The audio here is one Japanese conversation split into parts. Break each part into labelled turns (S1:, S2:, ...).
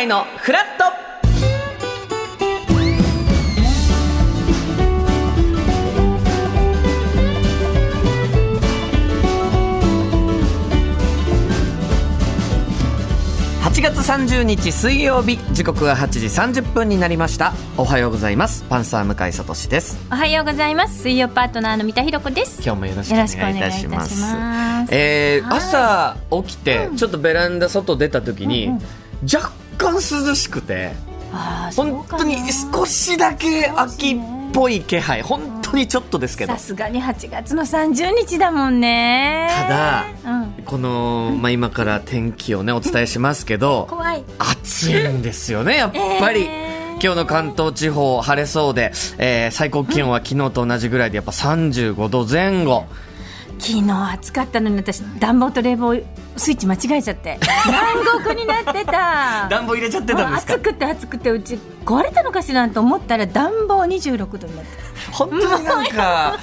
S1: イのフラット8月30日水曜日時刻は8時30分になりましたおはようございますパンサー向井聡です
S2: おはようございます。水曜パートナーの三田寛子です。
S1: 今日もよろしくお願いいたしますえー
S2: はい
S1: 朝起きてちょっとベランダ外出た時に、若干涼しくて
S2: あー
S1: 本当に
S2: そうか
S1: 少しだけ秋っぽい気配本当にちょっとですけ
S2: な
S1: ど
S2: さすがに8月の30日だもんね。
S1: ただ
S2: うん、
S1: この、まあ、今から天気をねお伝えしますけど
S2: 怖い。
S1: 暑いんですよねやっぱり。
S2: えー
S1: 今日の関東地方晴れそうで、えー最高気温は昨日と同じぐらいでやっぱ35度前後
S2: 昨日暑かったのに私暖房と冷房スイッチ間違えちゃ って南国になってた
S1: 暖房入れちゃってたんですか
S2: 暑くて暑くてうち壊れたのかしらと思ったら暖房26度になって
S1: 本当になんか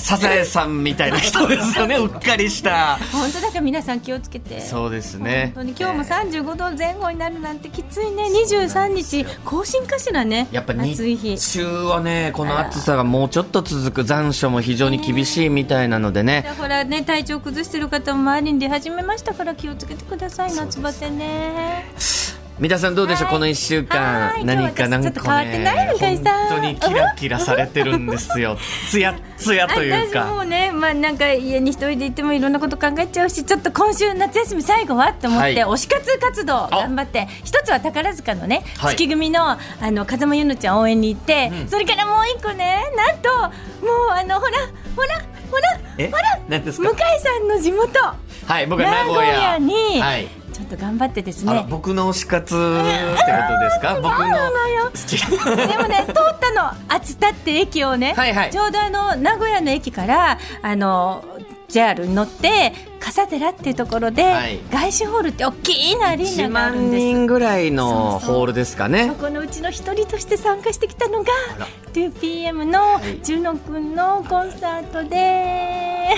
S1: サザエさんみたいな人ですよねうっかりした
S2: た本当だから皆さん気をつけて
S1: そうですね
S2: 本当に今日も
S1: えー
S2: 35度前後になるなんてきついね、23日更新かしらね
S1: やっぱ
S2: 暑い日
S1: 日中はねこの暑さがもうちょっと続く残暑も非常に厳しいみたいなのでね、
S2: ほらね体調崩してる方も周りに出始めましたから気をつけてください夏バテね
S1: 三田さんどうでしょう、
S2: はい
S1: この1週
S2: は
S1: 間
S2: い
S1: 何かなん
S2: 今日は私ちょっと
S1: か
S2: 変わってない
S1: ね
S2: のかいさ
S1: 本当にキラキラされてるんです よツヤツヤという
S2: 私
S1: か
S2: もうねまあなんか家に一人でいてもいろんなこと考えちゃうしちょっと今週夏休み最後はと思っ
S1: はい
S2: て、推し活活動頑張って一つは宝塚のね、
S1: はい
S2: 月組のあの風間ゆのちゃん応援に行って、それからもう一個ねなんともうあのほらほらほら
S1: え何です
S2: 向
S1: か
S2: 井さんの地元
S1: はい僕は名古屋
S2: 名古屋に
S1: はい、
S2: ちょっと頑張ってです
S1: あら
S2: ね
S1: 僕の推し活ってことですか僕の好き
S2: でもね通ったの熱田って駅をね、
S1: はいはい
S2: ちょうどあの名古屋の駅からあの JR に乗って笠寺っていうところで、
S1: はい
S2: 外資ホールって大きなアリー
S1: 1
S2: ナがあるん
S1: 万
S2: です
S1: 人ぐらいの
S2: そうそう
S1: ホールですかね
S2: そこのうちの一人として参加してきたのが
S1: あら
S2: 2PM の
S1: い
S2: 十野くんのコンサートで、
S1: え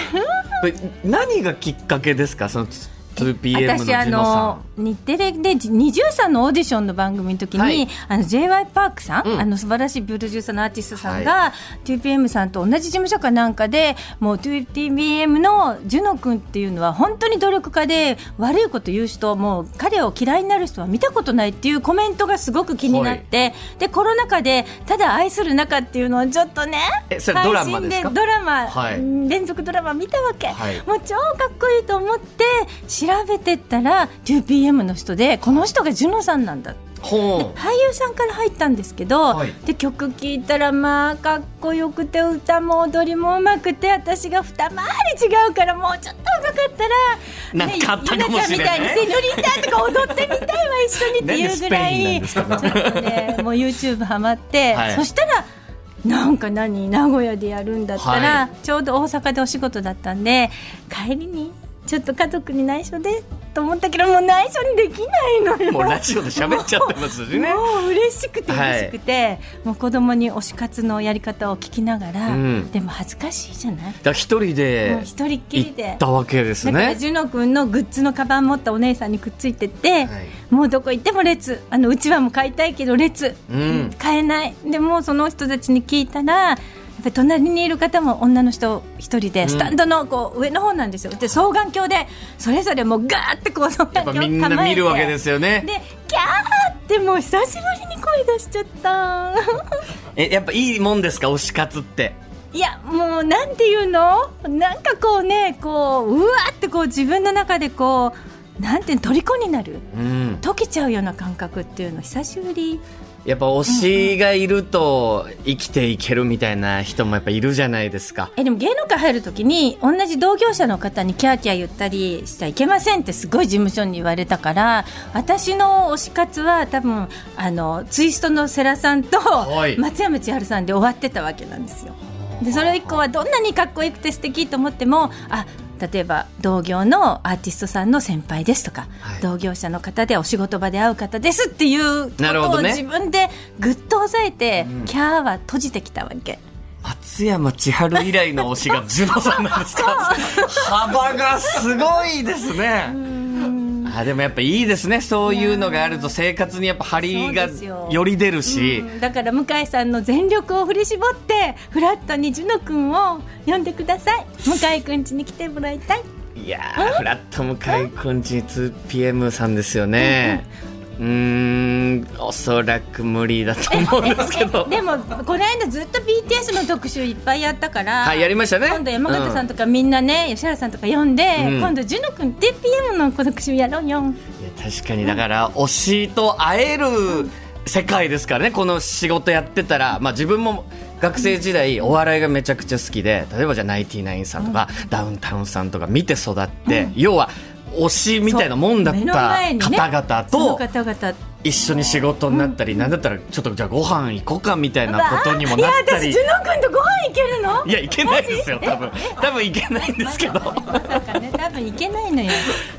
S1: 何がきっかけですかその 2PM のジ
S2: 私あ
S1: ノさ
S2: の
S1: ん
S2: 日テレで23さんのオーディションの番組の時に、
S1: はい
S2: あの j y パークさん、
S1: うん
S2: あの素晴らしいプロデューサーのアーティストさんが、2PM さんと同じ事務所かなんかでもう 2PM のジュノ君っていうのは本当に努力家で悪いこと言う人もう彼を嫌いになる人は見たことないっていうコメントがすごく気になって、でコロナ禍でただ愛する仲っていうのをちょっとね
S1: えそれドラマです
S2: 配
S1: か
S2: 信ドラマ、
S1: はい
S2: うん連続ドラマ見たわけ、
S1: はい
S2: もう超かっこいいと思って調べてったら 2PM の人でこの人がジュノさんなんだ
S1: ほ
S2: 俳優さんから入ったんですけど、
S1: はい
S2: で曲聴いたらまあかっこよくて歌も踊りもうまくて私が二回り違うからもうちょっとうまかったら
S1: なんかあったかもしれない
S2: ねゆなちゃんみたいに「セニョリータ」とか踊ってみたいわ一緒にっていうぐら
S1: なん
S2: い
S1: でス
S2: ちょ
S1: ペインなんです
S2: っとねもう YouTube ハマって、
S1: はい
S2: そしたらなんか何名古屋でやるんだったら、
S1: は
S2: ちょうど大阪でお仕事だったんで帰りにちょっと家族に内緒でと思ったけどもう内緒にできないのよ。
S1: うもうラジオで喋っちゃってますしね
S2: もう嬉しくて嬉しくて、もう子供に推し活のやり方を聞きながら、
S1: うん
S2: でも恥ずかしいじゃない、
S1: だから一人で
S2: もう一人っき
S1: 行
S2: り
S1: っ
S2: で。
S1: たわけです
S2: だから
S1: ね
S2: ジュノ君のグッズのカバン持ったお姉さんにくっついてって、
S1: はい
S2: もうどこ行っても列あのうちわも買いたいけど列、
S1: うん
S2: 買えないでもうその人たちに聞いたらやっぱり隣にいる方も女の人一人でスタンドのこう上の方なんですよで双眼鏡でそれぞれもうガーってこう双眼
S1: やっぱ
S2: 鏡
S1: みんな
S2: 構え
S1: 見
S2: て
S1: るわけですよね
S2: で、キャーってもう久しぶりに声出しちゃった。
S1: えやっぱいいもんですか推し活って
S2: いや、もうなんていうのなんかこうね、こう、うわってこう自分の中でこう、なんていうの、虜になる。
S1: うん
S2: 溶けちゃうような感覚っていうの久しぶり
S1: やっぱ推しがいると生きていけるみたいな人もやっぱいるじゃないですか
S2: えでも芸能界入る時に同じ同業者の方にキャーキャー言ったりしちゃいけませんってすごい事務所に言われたから私の推し活は多分あのツイストの世良さんと
S1: い
S2: 松山千春さんで終わってたわけなんですよ。でそれ以降はどんなにかっこよくて素敵と思ってもあ例えば同業のアーティストさんの先輩ですとか、
S1: はい
S2: 同業者の方でお仕事場で会う方ですっていうこ
S1: なるほ
S2: と
S1: ど
S2: を
S1: ね
S2: 自分でぐっと抑えて、
S1: うん
S2: キャーは閉じてきたわけ。
S1: 松山千春以来の推し がジュノさんなんですか幅がすごいですね
S2: うーん
S1: あでもやっぱいいですねそういうのがあると生活にやっぱ張りが
S2: そうですよ
S1: より出るし、
S2: うんだから向井さんの全力を振り絞ってフラットにジュノ君を呼んでください向井君家に来てもらいたい
S1: いやーフラット向井くんち 2PM さんですよねうーんおそらく無理だと思うんですけど
S2: でもこの間ずっと BTS の特集いっぱいやったから、
S1: はいやりましたね
S2: 今度山形さん
S1: と、
S2: とかみんなね、吉原さんとか呼んで、
S1: うん
S2: 今度ジュノ君 TPM の孤独集やろうよ
S1: うんいや確かにだから推しと会える世界ですからねこの仕事やってたら、まあ、自分も学生時代お笑いがめちゃくちゃ好きで例えばじゃあナインティナインさんとか、ダウンタウンさんとか見て育って、要は推しみたいなもんだっ
S2: 目の
S1: た
S2: 前にね
S1: 方々
S2: その
S1: と、
S2: 方々
S1: 一緒に仕事になったり、なんだったらちょっとじゃあご飯行こうかみたいなことにも
S2: い
S1: な
S2: や
S1: った
S2: 私
S1: り
S2: ジュノ君とご飯行けるの
S1: いやいけないですよ多分多分いけないんですけど
S2: まさかね多分行けないのよ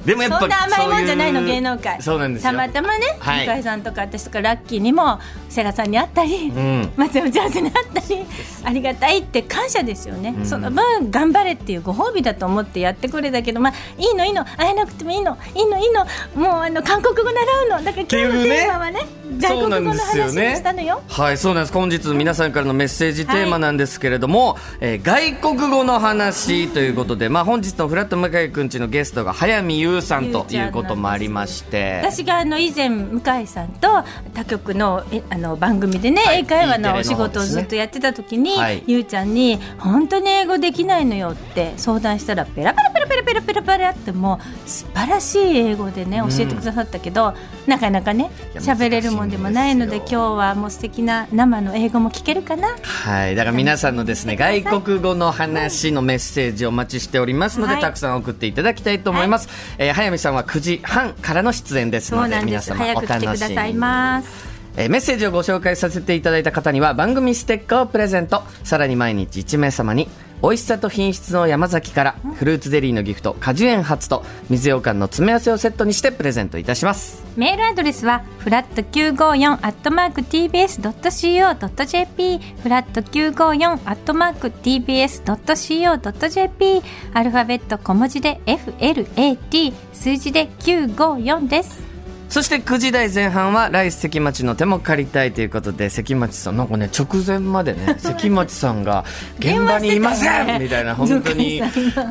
S1: でもやっぱ
S2: そんな甘いもんじゃないの
S1: そうう
S2: 芸能界
S1: そうなんですよ
S2: たまたまね、
S1: はい
S2: 向井さんとか私とかラッキーにも世良さんに会ったり、
S1: ん
S2: 松山千せに会ったりありがたいって感謝ですよね、その分頑張れっていうご褒美だと思ってやってくれだけどまあいいのいいの会えなくてもいいのいいのいいのもうあの韓国語習うのだから今日のテーマはね外
S1: そう
S2: 国
S1: な
S2: 語
S1: ん
S2: の
S1: です
S2: 話
S1: よ
S2: に
S1: ね
S2: したのよ。
S1: はいそうなんです本日皆さんからのメッセージテーマなんですけれども、えー外国語の話ということで、まあ、本日の「フラット向井くんち」のゲストが早見優さんということもありまして
S2: 私があの以前向井さんと他局のえあの番組でね、
S1: はい
S2: 英会話
S1: E テレ
S2: の
S1: の
S2: お仕事を
S1: 方です
S2: ず
S1: ね
S2: っとやってた時に、
S1: はい
S2: ゆうちゃんに「本当に英語できないのよ」って相談したらペラペラペラペラペラペラペラってもう素晴らしい英語でね
S1: ん
S2: 教えてくださったけど、なかなかね
S1: いや
S2: 喋れるもんでもないので
S1: 難しいんですよ
S2: 今日はもう素敵な生の英語も聞けるかな。
S1: はい、だから皆さんのですね外国語の話のメッセージをお待ちしておりますので、
S2: はい
S1: たくさん送っていただきたいと思います、えー早見さんは9時半からの出演です
S2: そ
S1: の
S2: う
S1: で
S2: なんで
S1: 皆
S2: す
S1: 様
S2: 早
S1: お
S2: く来
S1: 楽
S2: てくだ
S1: し
S2: さい
S1: み
S2: ます。
S1: えーメッセージをご紹介させていただいた方には番組ステッカーをプレゼントさらに毎日1名様に美味しさと品質の山崎からフルーツゼリーのギフト果樹園初と水羊羹の詰め合わせをセットにしてプレゼントいたします
S2: メールアドレスはフラット九五四アットマーク tbs ドット co ドット jp フラット九五四アットマーク tbs ドット co ドット jp アルファベット小文字で f L A T 数字で九五四です。
S1: そして9時台前半は来世関町の手も借りたいということで関町さんなんかね直前まで ね関町さんが現場にいません、みたいな本当に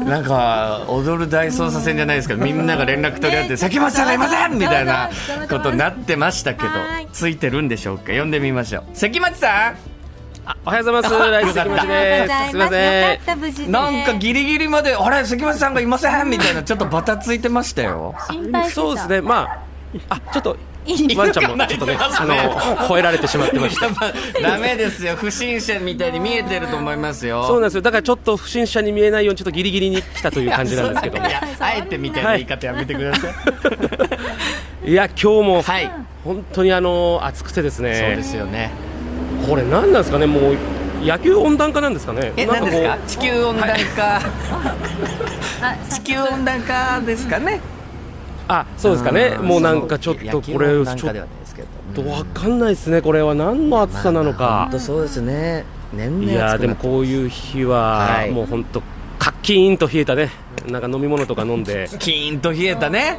S1: なんか踊る大捜査線じゃないですけどみんなが連絡取り合って、
S2: ね
S1: 関町さんがいませんみたいな
S2: そうそうそう
S1: ことになってましたけど
S2: はい
S1: ついてるんでしょうか読んでみましょう関町さん
S3: おはようございます。ライス関町
S2: ようご
S3: で
S2: ざ
S3: す。
S2: い
S3: すみま
S2: ます。よ
S3: せん
S2: かっ。た無事で。
S1: なんかギリギリまであれ関町さんがいませんみたいなちょっとバタついてましたよ
S2: 心配してた。
S3: そうですね。まあ、あ、ちょっと、
S2: いい。
S3: ワンちゃんもちょっとね、あの、吠えられてしまってました。
S1: ダメですよ不審者みたいに見えてると思いますよ
S3: そうなんですよ。だからちょっと不審者に見えないように、ちょっとギリギリに来たという感じなんですけど。
S1: いやあえてみたいな言い方やめてください。
S3: いや、今日も、
S1: はい。
S3: 本当にあの、暑くてです
S1: そうで
S3: ね。
S1: すよね。
S3: これ何なんですかね、もう、野球温暖化なんですかね。
S1: え、
S3: な
S1: なんん
S3: かこ
S1: で
S3: う
S1: すか。地球温暖化。
S2: あ
S1: 地球温暖化ですかね。
S3: あ、そうですかね。
S1: ん
S3: もうなんかちょっと、これ、
S1: 野球温暖
S3: ちょ
S1: 化
S3: っ
S1: ではないですけど。
S3: とわかんないですね。これは何の暑さな
S1: ま
S3: の
S1: あ
S3: か
S1: 本。当そうですね。年
S3: い
S1: 々
S3: やー
S1: 暑くな
S3: でも
S1: って。
S3: こういう日は、
S1: はい
S3: もう本当カッキーンと冷えたねなんか飲み物とか飲んで
S1: キーンと冷えたね。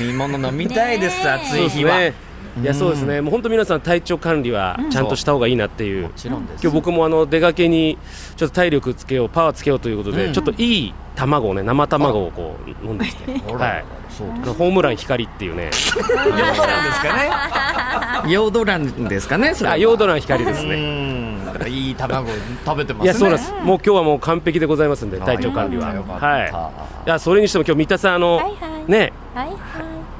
S1: 飲み物飲みたいです。
S2: ね
S1: 暑い日は。
S3: そうですねいや
S1: うん
S3: そうですねもう本当皆さん体調管理はちゃんとした方がいいなっていう、
S1: もちろんです
S3: 今日。僕もあの出かけにちょっと体力つけようパワーつけようということで、
S1: うん
S3: ちょっといい卵をね生卵をこう飲んできて、
S1: ほ
S3: は
S1: ら
S3: い、
S1: そうか。
S3: ホームラン光っていうね
S1: ヨードランですかね。ヨードランですかね。それは
S3: あヨードラン光です
S1: う
S3: ね
S1: ん。だからいい卵食べてますね。
S3: いやそうなんですもう今日はもう完璧でございますんで体調管理は
S1: よかったよかった
S3: はいいやそれにしても今日三田さんあの、
S2: はいはい
S3: ね
S2: はいは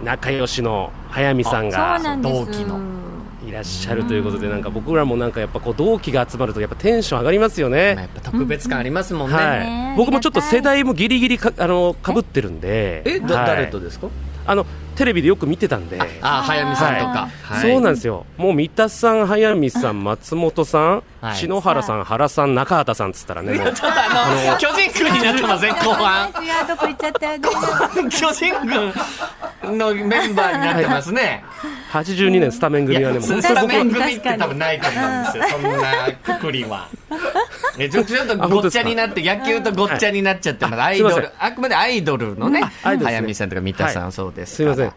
S3: 仲良しの早見さん
S2: い。
S3: が
S2: そうなんです。
S1: 同期の
S3: いらっしゃるということで、なんか僕らもなんかやっぱこう同期が集まるとやっぱテンション上がりますよ
S1: まあや
S3: ね。
S1: っぱ特別感ありますもんね。
S3: は
S2: ね
S3: い。僕もちょっと世代もギリギリかあの被ってるんで。
S1: え、ど
S3: はい
S1: 誰とですか？
S3: あのテレビでよく見てたんで。
S1: あ、早見さんとか。
S3: そうなんですよ。もう三田さん、早見さん、松本さん、
S1: はい
S3: 篠原さん、原さん、中畑さんっつったらね、もう
S1: ちょっとあの巨人軍になってません後
S2: 違
S1: 半。
S2: うとこ行っちゃった。
S1: 巨人軍のメンバーになってますね。
S3: 82年スタメン
S1: い
S3: 組は
S1: や、
S3: ねも
S1: ス
S3: う
S2: 確かに
S1: タメン組って
S2: 確かに
S1: 多分ないと思うんですよ。そんなくくり は。えちょちょっと
S3: あ本
S1: ご
S3: 当
S1: っ
S3: で
S1: ち
S3: す
S1: ゃ
S3: か
S1: になって、野球とごっちゃになっちゃってます。ア
S3: い
S1: イド
S3: す
S1: ル
S3: いま、
S1: あくまでアイドルのね、
S3: あアイドルですね
S1: 早見さんとか三田さんそうです
S3: す
S1: か
S3: い
S1: ら。
S3: ません。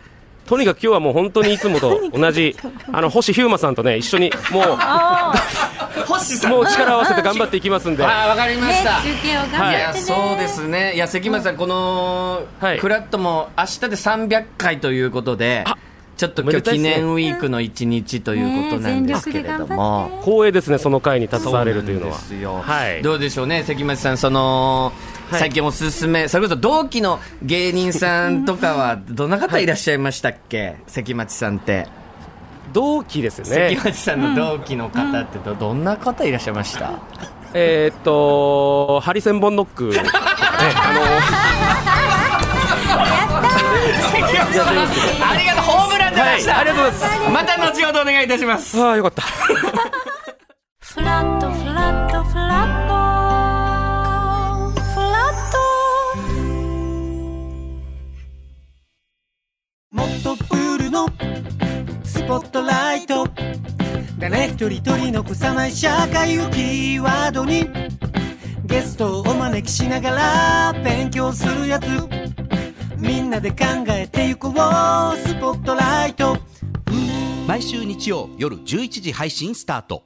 S3: とにかく今日はもう本当にいつもと同じ、あの、星飛雄馬さんとね、一緒に、も
S1: 星さ
S3: う、
S1: ん。
S3: もう力を合わせて頑張っていきますんで、
S1: ああ、わかりま
S2: ね
S1: した。
S2: 中継を頑
S1: い
S2: 張
S1: や
S2: ってね。
S1: そうですね、いや関町さん、この
S3: はい
S1: クラットも明日で300回ということで、ちょっと今日
S3: おめでたい
S1: 記
S3: ですね
S1: 念ウィークの一日ということなんですけれども。
S3: 光栄ですね、その会に携われるというのは。
S1: そうなんですよ
S3: はい。
S1: どうでしょうね、関町さん、その、
S3: はい
S1: 最近おすすめ、それこそ同期の芸人さんとか は、どんな方いらっしゃいましたっけ、関町さんって。
S3: 同期です
S1: 関
S3: ね。
S1: 町さんの同期の方ってど、どんな方いらっしゃいました
S3: えーっと、ハリセンボンノッ ク。ねあ
S1: 関町さん、ありがとう、ホームラン出
S3: の、は
S1: まし
S3: い、
S1: た、
S3: ありがとうございま
S1: また後ほどお願いいたします。
S3: す。ああ、よかった。
S4: フラットフラットフラットフラット
S5: もっとプールのスポットライト誰一人取り残さない社会をキーワードにゲストをお招きしながら勉強するやつみんなで考えてゆこうスポットライト
S6: 毎週日曜夜11時配信スタート